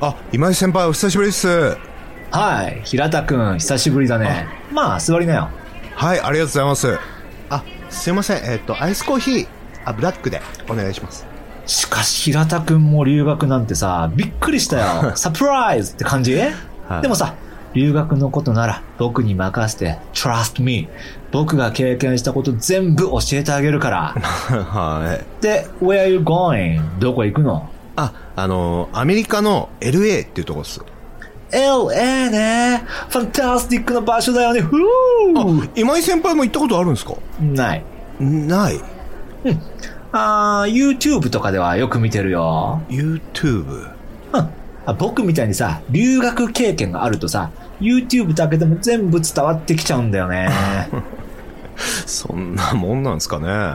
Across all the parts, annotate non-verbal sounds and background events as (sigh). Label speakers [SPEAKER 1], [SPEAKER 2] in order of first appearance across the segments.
[SPEAKER 1] あ今井先輩お久しぶりです
[SPEAKER 2] はい、平田くん、久しぶりだね。まあ、座りなよ。
[SPEAKER 1] はいありがとうございます
[SPEAKER 3] あ、すいません。えっ、と、アイスコーヒー、あ、ブラックでお願いします。
[SPEAKER 2] しかし、平田くんも留学なんてさ、びっくりした (laughs) よ。サプライズって感じ、
[SPEAKER 3] い
[SPEAKER 2] でもさ、留学のことなら僕に任せて、trust me。僕が経験したこと全部教えてあげるか
[SPEAKER 3] (laughs)
[SPEAKER 2] ら。(laughs)
[SPEAKER 3] はい。
[SPEAKER 2] で、where are you going? どこ行くの
[SPEAKER 3] あ、あのーアメリカの LA っていうとこです。
[SPEAKER 2] ?LA ね。ファンタスティックな場所だよね。ふぅ
[SPEAKER 3] 今井先輩も行ったことあるんですか
[SPEAKER 2] ない。
[SPEAKER 3] ない。
[SPEAKER 2] あー、YouTube とかではよく見てるよ。
[SPEAKER 3] YouTube。
[SPEAKER 2] うんあ僕みたいにさ、留学経験があるとさ、YouTube だけでも全部伝わってきちゃうんだよね。
[SPEAKER 3] そんなもんなんですかね。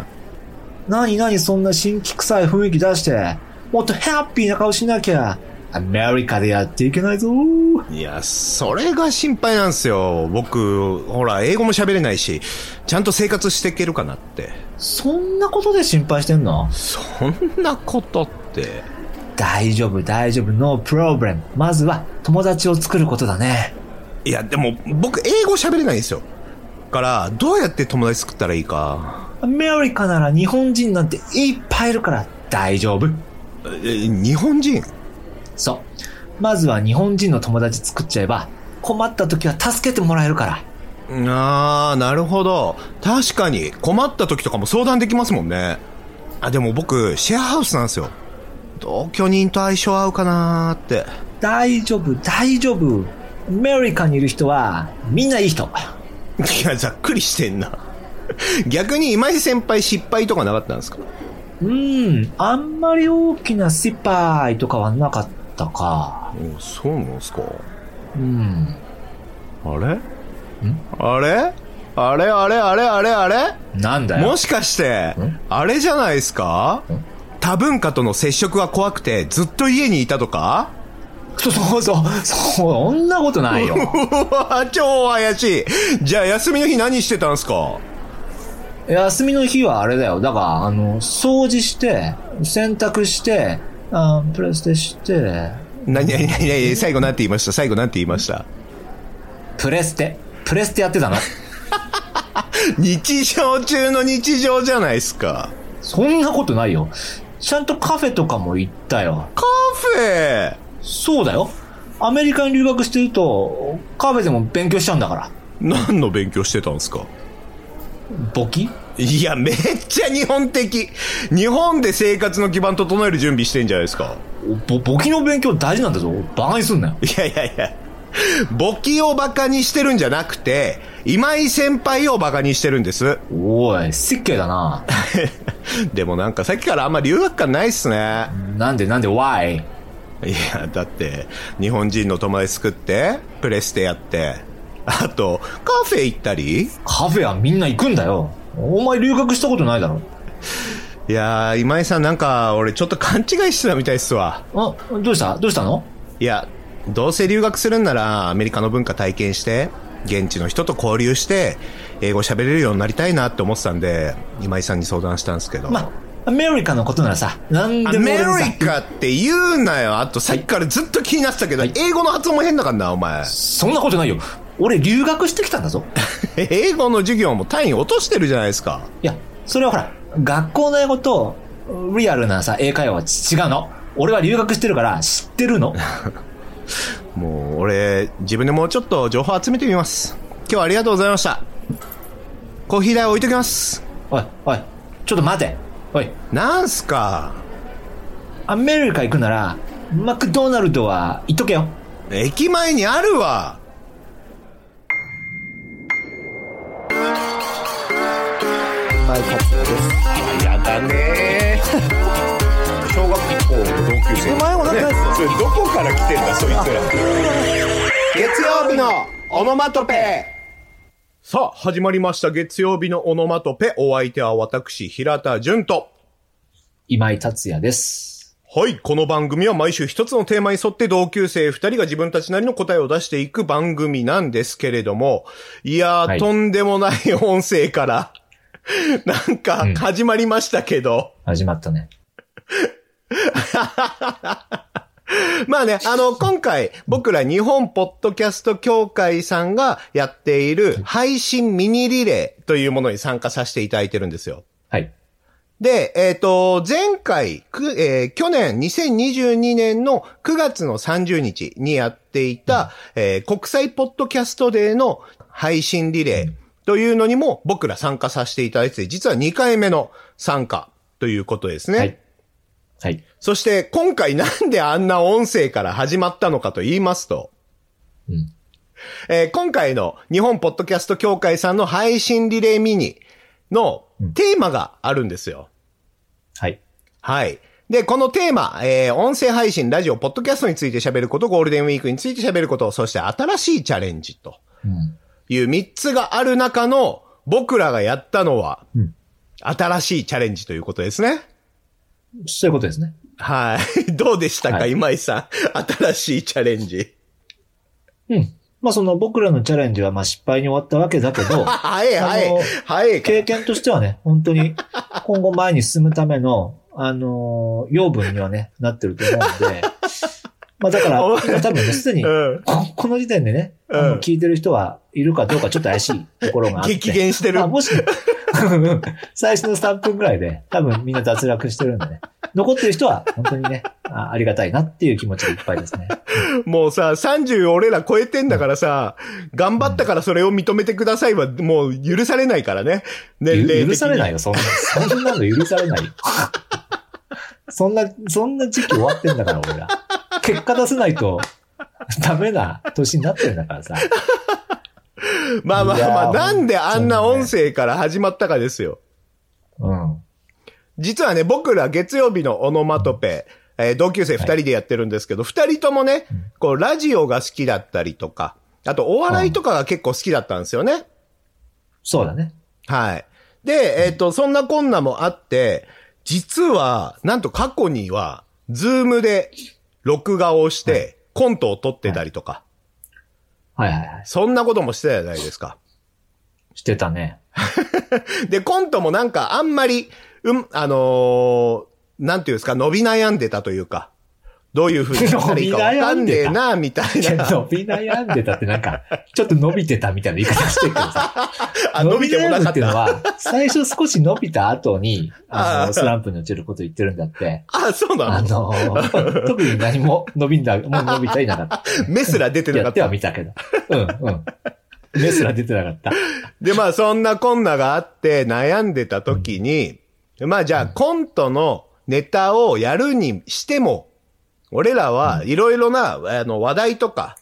[SPEAKER 2] なになにそんな新規臭い雰囲気出して、もっとハッピーな顔しなきゃ、アメリカでやっていけないぞ。
[SPEAKER 3] いや、それが心配なんですよ。僕、ほら、英語も喋れないし、ちゃんと生活していけるかなって。
[SPEAKER 2] そんなことで心配してんの
[SPEAKER 3] そんなことって。
[SPEAKER 2] 大丈夫大丈夫、no problem。まずは友達を作ることだね。
[SPEAKER 3] いや、でも、僕、英語喋れないんですよ。から、どうやって友達作ったらいいか。
[SPEAKER 2] アメリカなら日本人なんていっぱいいるから大丈夫。
[SPEAKER 3] え日本人
[SPEAKER 2] そう。まずは日本人の友達作っちゃえば、困った時は助けてもらえるから。
[SPEAKER 3] ああ、なるほど。確かに、困った時とかも相談できますもんね。あ、でも僕、シェアハウスなんですよ。同居人と相性合うかなーって。
[SPEAKER 2] 大丈夫、大丈夫。アメリカにいる人は、みんないい人。
[SPEAKER 3] いや、ざっくりしてんな。逆に今井先輩失敗とかなかったんですか
[SPEAKER 2] うん、あんまり大きな失敗とかはなかったか。
[SPEAKER 3] おそうなんですか。
[SPEAKER 2] うん。
[SPEAKER 3] あれあれあれあれあれあれあれ
[SPEAKER 2] なんだよ。
[SPEAKER 3] もしかして、あれじゃないですか多文化との接触が怖くてずっと家にいたとか (laughs)
[SPEAKER 2] そうそうそう、そんなことない (laughs) よ。
[SPEAKER 3] うわ超怪しいじゃあ休みの日何してたんすか
[SPEAKER 2] 休みの日はあれだよ。だから、あの、掃除して、洗濯して、あプレステして、
[SPEAKER 3] 何何何何最後なんて言いました最後なんて言いました
[SPEAKER 2] プレステ。プレステやってたの。
[SPEAKER 3] 日常中の日常じゃないですか
[SPEAKER 2] そんなことないよ。ちゃんとカフェとかも行ったよ。
[SPEAKER 3] カフェ
[SPEAKER 2] そうだよ。アメリカに留学してると、カフェでも勉強しちゃうんだから。
[SPEAKER 3] 何の勉強してたんすか
[SPEAKER 2] 簿記
[SPEAKER 3] いや、めっちゃ日本的。日本で生活の基盤整える準備してんじゃないですか。
[SPEAKER 2] おぼ簿記の勉強大事なんだぞ。バカにすんなよ。
[SPEAKER 3] いやいやいや、簿記をバカにしてるんじゃなくて、今井先輩をバカにしてるんです。 (laughs)
[SPEAKER 2] おい、失敬だな。
[SPEAKER 3] でもなんかさっきからあんま留学感ないっすね。
[SPEAKER 2] なんでなんで、why?
[SPEAKER 3] いや、だって、日本人の友達作って、プレステやって、あと、カフェ行ったり
[SPEAKER 2] カフェはみんな行くんだよ。お前留学したことないだろ。
[SPEAKER 3] いやー、今井さんなんか、俺ちょっと勘違いしてたみたいっすわ。
[SPEAKER 2] あ、どうしたどうしたの
[SPEAKER 3] いや、どうせ留学するんなら、アメリカの文化体験して、現地の人と交流して、英語喋れるようになりたいなって思ってたんで、今井さんに相談したんですけど。
[SPEAKER 2] まあ、アメリカのことならさ、なん
[SPEAKER 3] ア
[SPEAKER 2] でも
[SPEAKER 3] メ
[SPEAKER 2] 俺にさ
[SPEAKER 3] リカって言うなよ。あとさっきからずっと気になってたけど、英語の発音も変だからな、お
[SPEAKER 2] (laughs)
[SPEAKER 3] 前。
[SPEAKER 2] そんなことないよ。俺留学してきたんだぞ。
[SPEAKER 3] 英語の授業も単位落としてるじゃないですか。
[SPEAKER 2] いや、それはほら、学校の英語と、リアルなさ、英会話は違うの。俺は留学してるから、知ってる
[SPEAKER 3] (laughs)
[SPEAKER 2] の。
[SPEAKER 3] もう、俺、自分でもうちょっと情報集めてみます。今日はありがとうございました。コーヒー代置いときます。
[SPEAKER 2] おい、おい、ちょっと待て。おい、
[SPEAKER 3] なんすか
[SPEAKER 2] アメリカ行くなら、マクドナルドは行っとけよ。
[SPEAKER 3] 駅前にあるわ
[SPEAKER 4] はい、キャップです。
[SPEAKER 3] やだね小学校同級生
[SPEAKER 4] 前もなんか、
[SPEAKER 3] それどこから来てんだそいつら月曜日のオノマトペさあ始まりました月曜日のオノマトペお相手は私平田純と
[SPEAKER 2] 今井達也です。
[SPEAKER 3] はい。この番組は毎週一つのテーマに沿って同級生二人が自分たちなりの答えを出していく番組なんですけれども、いやー、
[SPEAKER 2] はい
[SPEAKER 3] とんでもない音声から、 (laughs) なんか
[SPEAKER 2] うん
[SPEAKER 3] 始まりましたけど、
[SPEAKER 2] 始まったね。
[SPEAKER 3] まあね、あの、今回、僕ら日本ポッドキャスト協会さんがやっている配信ミニリレーというものに参加させていただいてるんですよ。
[SPEAKER 2] はい。
[SPEAKER 3] で、えっ、と、前回、くえー去年、2022年の9月の30日にやっていた、えー国際ポッドキャストデーの配信リレーというのにも僕ら参加させていただいてて、実は2回目の参加ということですね。
[SPEAKER 2] はい。はい。
[SPEAKER 3] そして、今回なんであんな音声から始まったのかと言いますと、
[SPEAKER 2] うん
[SPEAKER 3] えー今回の日本ポッドキャスト協会さんの配信リレーミニのテーマがあるんですよ。
[SPEAKER 2] はい。
[SPEAKER 3] はい。で、このテーマ、えー、音声配信、ラジオ、ポッドキャストについて喋ること、ゴールデンウィークについて喋ること、そして新しいチャレンジと
[SPEAKER 2] うん。
[SPEAKER 3] いう3つがある中の、僕らがやったのは、
[SPEAKER 2] うん
[SPEAKER 3] 新しいチャレンジということですね。
[SPEAKER 2] そういうことですね。
[SPEAKER 3] はい。 (laughs) どうでしたか、
[SPEAKER 2] はい
[SPEAKER 3] 今井さん。新しいチャレンジ。
[SPEAKER 2] うん。まあその僕らのチャレンジはまあ失敗に終わったわけだけ
[SPEAKER 3] (laughs)
[SPEAKER 2] ど、
[SPEAKER 3] はい、はい
[SPEAKER 2] あの、
[SPEAKER 3] はい。
[SPEAKER 2] 経験としてはね、本当に今後前に進むための、あのー養分にはね、なってると思うんで、まあだから、
[SPEAKER 3] お前
[SPEAKER 2] 今多分ね、すでに、
[SPEAKER 3] うん。
[SPEAKER 2] ここの時点でね、あ
[SPEAKER 3] うん
[SPEAKER 2] の聞いてる人はいるかどうかちょっと怪しいところがあって。
[SPEAKER 3] 激減してる
[SPEAKER 2] まあ、。も (laughs) し、最初の3分ぐらいで、多分みんな脱落してるんでね。残ってる人は本当にね、あありがたいなっていう気持ちでいっぱいですね。
[SPEAKER 3] もうさ、30俺ら超えてんだからさ、頑張ったからそれを認めてくださいは、もう許されないからね。年齢的
[SPEAKER 2] ゆ
[SPEAKER 3] に。
[SPEAKER 2] 許されないよ、そんな。そんなの許されないよ。そんな、そんな時期終わってんだから、俺ら。結果出せないと、ダメな年になってるんだからさ。
[SPEAKER 3] まあまあ
[SPEAKER 2] いやー
[SPEAKER 3] まあ、なんであんな
[SPEAKER 2] そうね
[SPEAKER 3] 音声から始まったかですよ。
[SPEAKER 2] うん。
[SPEAKER 3] 実はね、僕ら月曜日のオノマトペ、えー同級生二人でやってるんですけど、二、人ともね、こう、ラジオが好きだったりとか、あとお笑いとかが結構好きだったんですよね。
[SPEAKER 2] そうだね。
[SPEAKER 3] はい。で、えっ、と、そんなこんなもあって、実は、なんと過去には、ズームで録画をして、コントを撮ってたりとか、
[SPEAKER 2] はいはいはい。
[SPEAKER 3] そんなこともしてたじゃないですか。
[SPEAKER 2] して
[SPEAKER 3] (laughs)
[SPEAKER 2] たね。
[SPEAKER 3] で、コントもなんかあんまり、うん、あのーなんていうんですか、伸び悩んでたというか、どういうふうにしたらいいかわかんねえな、みたい
[SPEAKER 2] いや
[SPEAKER 3] な。
[SPEAKER 2] 伸び悩んでたってなんか、ちょっと伸びてたみたいな言い方してるけどさ。
[SPEAKER 3] (laughs) あ、伸びてもな
[SPEAKER 2] 伸び悩む
[SPEAKER 3] か
[SPEAKER 2] っ
[SPEAKER 3] って
[SPEAKER 2] いうの
[SPEAKER 3] た。
[SPEAKER 2] は、最初少し伸びた後に、あ
[SPEAKER 3] (laughs) あー
[SPEAKER 2] の、スランプに落ちること言ってるんだって。
[SPEAKER 3] (laughs) あ、そうな
[SPEAKER 2] あ
[SPEAKER 3] の
[SPEAKER 2] の、
[SPEAKER 3] (laughs)
[SPEAKER 2] 特に何も伸びんだ、もう伸びたいなかった。
[SPEAKER 3] 目すら出てなか
[SPEAKER 2] や
[SPEAKER 3] っ
[SPEAKER 2] って
[SPEAKER 3] た。
[SPEAKER 2] は見たけど。うん、うん。目すら出てなかった。
[SPEAKER 3] で、まあ、そんなこんながあって悩んでた時に、まあ、じゃあ、コントのネタをやるにしても、俺らはいろいろな、あの、話題とか、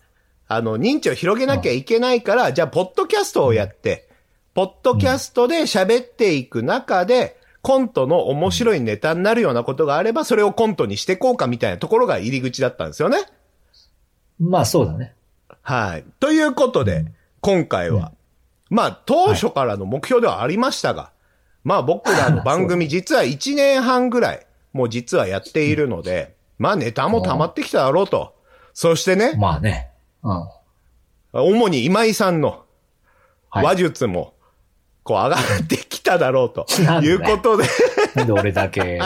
[SPEAKER 3] あの、認知を広げなきゃいけないから、じゃあ、ポッドキャストをやって、ポッドキャストで喋っていく中で、コントの面白いネタになるようなことがあれば、それをコントにしてこうかみたいなところが入り口だったんですよね。
[SPEAKER 2] まあそうだね。
[SPEAKER 3] はい。ということで、今回は、まあ、当初からの目標ではありましたが、まあ、僕ら
[SPEAKER 2] (laughs)
[SPEAKER 3] の番組、実は1年半ぐらい、もう実はやっているので、まあ、ネタも溜まってきただろうと。そしてね、
[SPEAKER 2] まあね。うん。
[SPEAKER 3] 主に今井さんの
[SPEAKER 2] はい
[SPEAKER 3] 話術も、こう、上がってきただろうと
[SPEAKER 2] なんで
[SPEAKER 3] いうことで、 (laughs)
[SPEAKER 2] なんで俺だけ、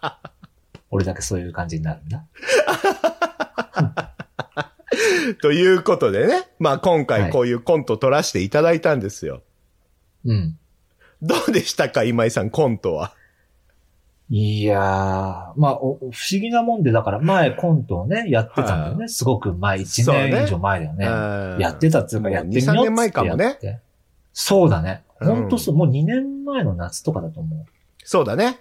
[SPEAKER 2] (laughs) 俺だけそういう感じになるんだ。
[SPEAKER 3] ということでね、まあ、今
[SPEAKER 2] は
[SPEAKER 3] 回
[SPEAKER 2] い
[SPEAKER 3] こういうコント撮らせていただいたんですよ。
[SPEAKER 2] うん。
[SPEAKER 3] どうでしたか、今井さん、コントは。
[SPEAKER 2] いやー、まあ、お不思議なもんで、だから前コントをね、やってたんだよね。すごく前、1年以上前だよね。
[SPEAKER 3] うん
[SPEAKER 2] やってたっつうか、やってみようっつって
[SPEAKER 3] もう2 3年前かもね
[SPEAKER 2] やって。そうだね。
[SPEAKER 3] うん
[SPEAKER 2] ほんとそう、もう2年前の夏とかだと思
[SPEAKER 3] そうだね。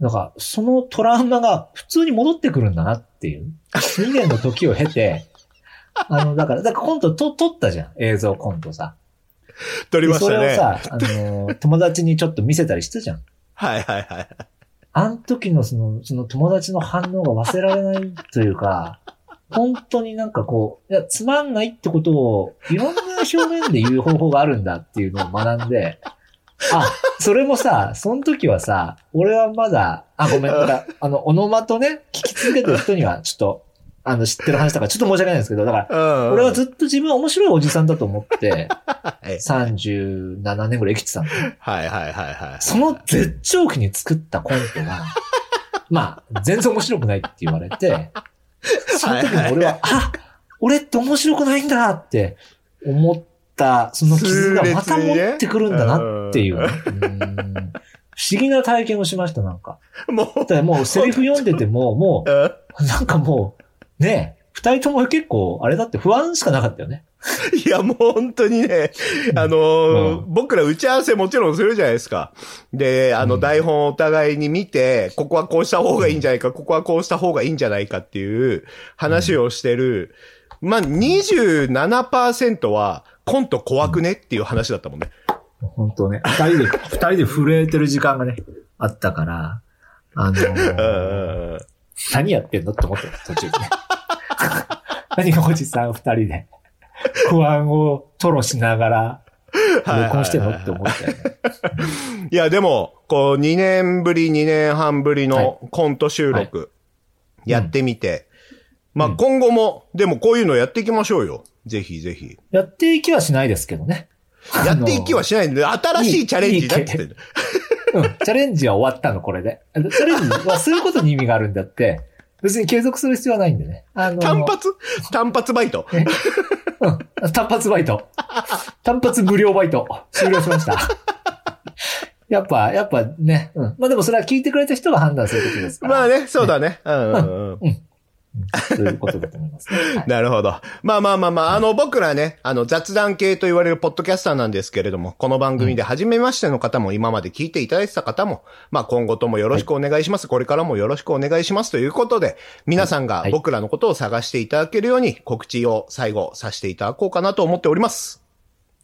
[SPEAKER 2] う。だから、そのトラウマが普通に戻ってくるんだなっていう。2年の時を経て、 (laughs) あの、だから、だからコントと撮ったじゃん。映像コントさ。
[SPEAKER 3] 撮り
[SPEAKER 2] で
[SPEAKER 3] まし
[SPEAKER 2] それ
[SPEAKER 3] た
[SPEAKER 2] を
[SPEAKER 3] ね。
[SPEAKER 2] さ、あの、友達にちょっと見せたりしたじゃん。
[SPEAKER 3] はいはいはい。
[SPEAKER 2] あの時のその、その友達の反応が忘れられないというか、本当になんかこう、いや、つまんないってことを、いろんな表面で言う方法があるんだっていうのを学んで、あ、それもさ、その時はさ、俺はまだ、あ、ごめん、だから、あの、オノマとね、聞き続けてる人には、ちょっと、あの、知ってる話だから、ちょっと申し訳ないんですけど、だから、
[SPEAKER 3] うん。
[SPEAKER 2] 俺はずっと自分は面白いおじさんだと思って、
[SPEAKER 3] い
[SPEAKER 2] 37年ぐらい生きてたの。
[SPEAKER 3] はいはいはいはい。
[SPEAKER 2] その絶
[SPEAKER 3] (laughs)
[SPEAKER 2] 頂期に作ったコントが、まあ、全然面白くないって言われて、そ (laughs) の時に俺は、あ俺って面白くないんだって思った、その傷がまた持ってくるんだなっていう。うん不思議な体験をしました、なんか。
[SPEAKER 3] も
[SPEAKER 2] だからもうセリフ読んでても、も
[SPEAKER 3] う、うん
[SPEAKER 2] う、なんかもう、ねえ、二人とも結構、あれだって不安しかなかったよね。
[SPEAKER 3] いや、もう本当にね、あのー
[SPEAKER 2] う
[SPEAKER 3] 僕ら打ち合わせもちろんするじゃないですか。で、あの台本をお互いに見て、ここはこうした方がいいんじゃないか、ここはこうした方がいいんじゃないかっていう話をしてる。まあ、27%はコント怖くねっていう話だったもんね。
[SPEAKER 2] 本当ね、二人で、二人で震えてる時間がね、あったから、あの
[SPEAKER 3] うんう
[SPEAKER 2] ー
[SPEAKER 3] んうん。
[SPEAKER 2] 何やってんのって思った途中でね。 (laughs) 何がおじさん二人で、不安を吐露しながら、
[SPEAKER 3] はい
[SPEAKER 2] 録音してんのって思ったよね。
[SPEAKER 3] いや、でも、こう、2年ぶり、2年半ぶり
[SPEAKER 2] はい
[SPEAKER 3] のコント収録、やってみて。まあ、
[SPEAKER 2] うん
[SPEAKER 3] 今後も、でもこういうのやっていきましょうよ。ぜひぜひ。
[SPEAKER 2] やっていきはしないですけどね。
[SPEAKER 3] やっていきはしないんで、新しいチャレンジだって言ってる。
[SPEAKER 2] うん、チャレンジは終わったの、これで。あのチャレンジはすることに意味があるんだって、別に継続する必要はないんでね。あの、
[SPEAKER 3] 単発単発バイト。
[SPEAKER 2] うん、単発バイト。単発無料バイト。終了しました。やっぱ、やっぱね、うん。まあでもそれは聞いてくれた人が判断することですから。
[SPEAKER 3] まあね、そうだね。うんうんうん。
[SPEAKER 2] ということだと思いますね、はい
[SPEAKER 3] なるほど。まあまあまあまあ、あの、僕らね、あの、雑談系と言われるポッドキャスターなんですけれども、この番組で初めましての方も、今まで聞いていただいてた方も、まあ今後ともよろしくお願いします。これからもよろしくお願いしますということで、皆さんが
[SPEAKER 2] はい
[SPEAKER 3] 僕らのことを探していただけるように、告知を最後させていただこうかなと思っております。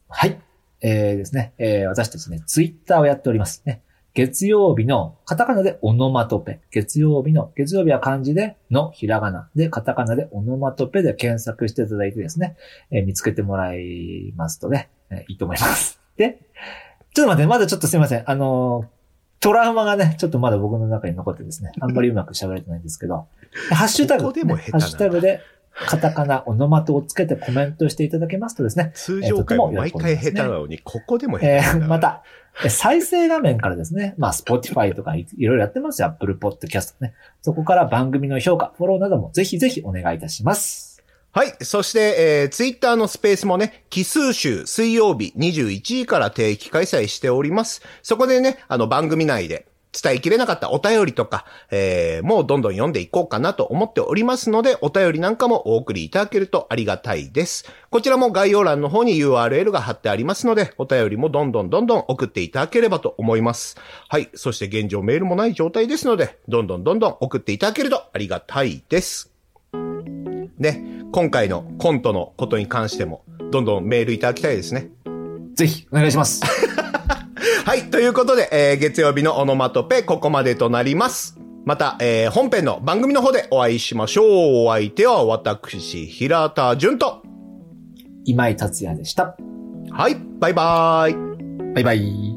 [SPEAKER 2] はい。えーですね。えー私たちね、ツイッターをやっておりますね。月曜日の、カタカナでオノマトペ。月曜日の、月曜日は漢字で、の、ひらがな。で、カタカナでオノマトペで検索していただいてですね、えー見つけてもらいますとね、えーいいと思います。 (laughs) で、ちょっと待って、まだちょっとすいません。あのートラウマがね、ちょっとまだ僕の中に残ってですね、あんまりうまく喋れてないんですけど、ハッシュタグ、
[SPEAKER 3] ここでも下手
[SPEAKER 2] ハ
[SPEAKER 3] な
[SPEAKER 2] ッシュタグで、カタカナ、オノマトをつけてコメントしていただけますとですね、
[SPEAKER 3] 通常回も毎回下手なのに、ここでも下手
[SPEAKER 2] え
[SPEAKER 3] なんだ
[SPEAKER 2] ーまた、え再生画面からですね、 (laughs) まあ、Spotify とかいいろいろやってますよ。Apple Podcast とかね。そこから番組の評価、フォローなどもぜひぜひお願いいたします。
[SPEAKER 3] はい。そして、えー、ツイッターのスペースもね、奇数週水曜日21時から定期開催しております。そこでね、あの番組内で伝えきれなかったお便りとか、えー、もうどんどん読んでいこうかなと思っておりますので、お便りなんかもお送りいただけるとありがたいです。こちらも概要欄の方に URL が貼ってありますので、お便りもどんどんどんどん送っていただければと思います。はい。そして現状メールもない状態ですので、どんどんどんどん送っていただけるとありがたいです。ね、今回のコントのことに関しても、どんどんメールいただきたいですね。
[SPEAKER 2] ぜひ、お願いします。
[SPEAKER 3] はい、ということで、えー月曜日のオノマトペ、ここまでとなります。また、えー本編の番組の方でお会いしましょう。お相手は私、平田純と。
[SPEAKER 2] 今井達也でした。
[SPEAKER 3] はい、バイバーイ。
[SPEAKER 2] バイバイ。